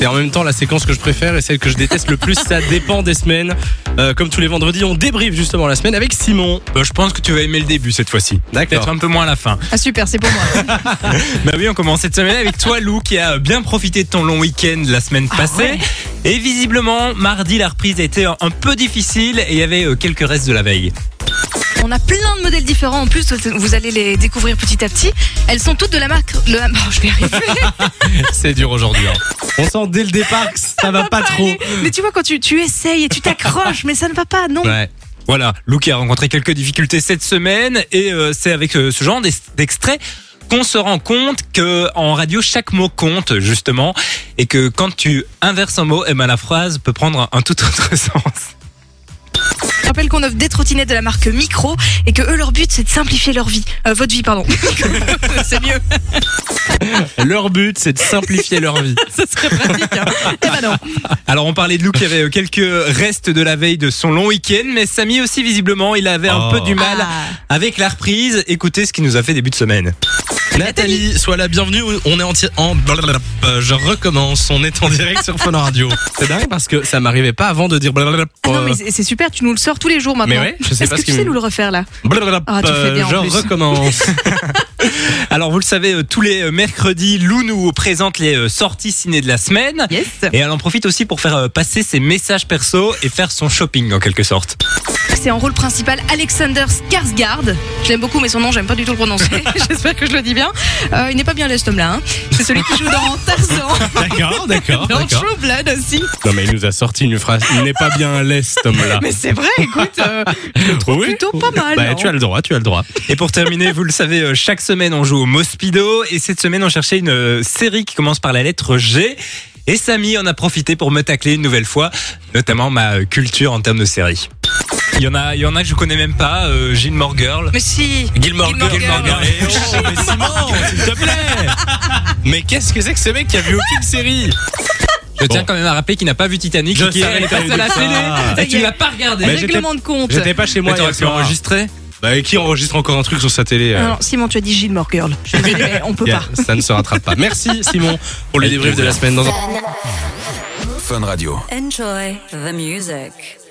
C'est en même temps la séquence que je préfère et celle que je déteste le plus. Ça dépend des semaines. Euh, comme tous les vendredis, on débriefe justement la semaine avec Simon. Bah, je pense que tu vas aimer le début cette fois-ci. Peut-être un peu moins la fin. Ah super, c'est pour moi. Bah oui, on commence cette semaine avec toi, Lou, qui a bien profité de ton long week-end la semaine passée. ouais. Et visiblement, mardi, la reprise a été un un peu difficile et il y avait euh, quelques restes de la veille. On a plein de modèles différents en plus, vous allez les découvrir petit à petit. Elles sont toutes de la marque. Le... oh, je vais y arriver. C'est dur aujourd'hui. hein. On sent dès le départ que ça va pas trop. Allez. Mais tu vois, quand tu, tu essayes et tu t'accroches, mais ça ne va pas, non. Ouais. Voilà, Lou qui a rencontré quelques difficultés cette semaine et euh, c'est avec euh, ce genre d'ex- d'extrait qu'on se rend compte que en radio chaque mot compte justement et que quand tu inverses un mot, eh ben, la phrase peut prendre un tout autre sens. Je rappelle qu'on offre des trottinettes de la marque Micro et que eux, leur but, c'est de simplifier leur vie. Euh, votre vie, pardon. c'est mieux. Leur but, c'est de simplifier leur vie. Ça serait pratique. hein. Eh ben non. Alors on parlait de Lou qui avait euh, quelques restes de la veille de son long week-end, mais Samy aussi visiblement il avait un Oh. peu du mal Ah. avec la reprise. Écoutez ce qu'il nous a fait début de semaine. Nathalie, sois la bienvenue. On est en, ti- en- blablabla. Euh, Je recommence. On est en direct sur Fun Radio. C'est dingue parce que ça m'arrivait pas avant de dire blablabla. Euh, Ah non, mais c'est- c'est super, tu nous le sors tous les jours maintenant. Mais ouais, je sais Est-ce pas que ce qui tu sais me- nous le refaire là Blablabla. Euh, Ah, tu le fais bien en je plus. recommence. Alors vous le savez, euh, tous les euh, mercredis, Lou nous présente les euh, sorties ciné de la semaine. Yes. Et elle en profite aussi pour faire euh, passer ses messages perso et faire son shopping en quelque sorte. C'est en rôle principal Alexander Skarsgård. Je l'aime beaucoup, mais son nom, j'aime pas du tout le prononcer. J'espère que je le dis bien. Euh, il n'est pas bien l'est, là C'est celui qui joue dans Tarzan, D'accord, d'accord, dans True Blood aussi. Non mais il nous a sorti une phrase. Il n'est pas bien à l'aise, cet homme-là. Mais c'est vrai, écoute, euh, Oui. plutôt pas mal. Bah, non tu as le droit, tu as le droit. Et pour terminer, vous le savez, euh, chaque semaine on joue au Mospido et cette semaine on cherchait une euh, série qui commence par la lettre G. Et Samy en a profité pour me tacler une nouvelle fois, notamment ma euh, culture en termes de série. Il y en a, il y en a que je connais même pas, euh, Gilmore Girl. Mais si. Gilmore, Gilmore Girl. Gilmore Girl. Eh oh, mais Simon, s'il te plaît Mais qu'est-ce que c'est que ce mec qui a vu aucune série Bon. Je tiens quand même à rappeler qu'il n'a pas vu Titanic Je et qu'il savais est que t'allais passé à la dire ça. télé Ça et y tu est. l'as pas regardé. Mais Règlement de compte. J'étais pas chez Mais moi. t'aurais hier pu soir. enregistrer Bah, et qui enregistre encore un truc sur sa télé euh, Ah non, Simon, tu as dit Gilmore Girl. Je suis désolée, mais on peut pas. yeah, Ça ne se rattrape pas. Merci Simon pour le Avec débrief de la semaine. Dans un- Enjoy the music.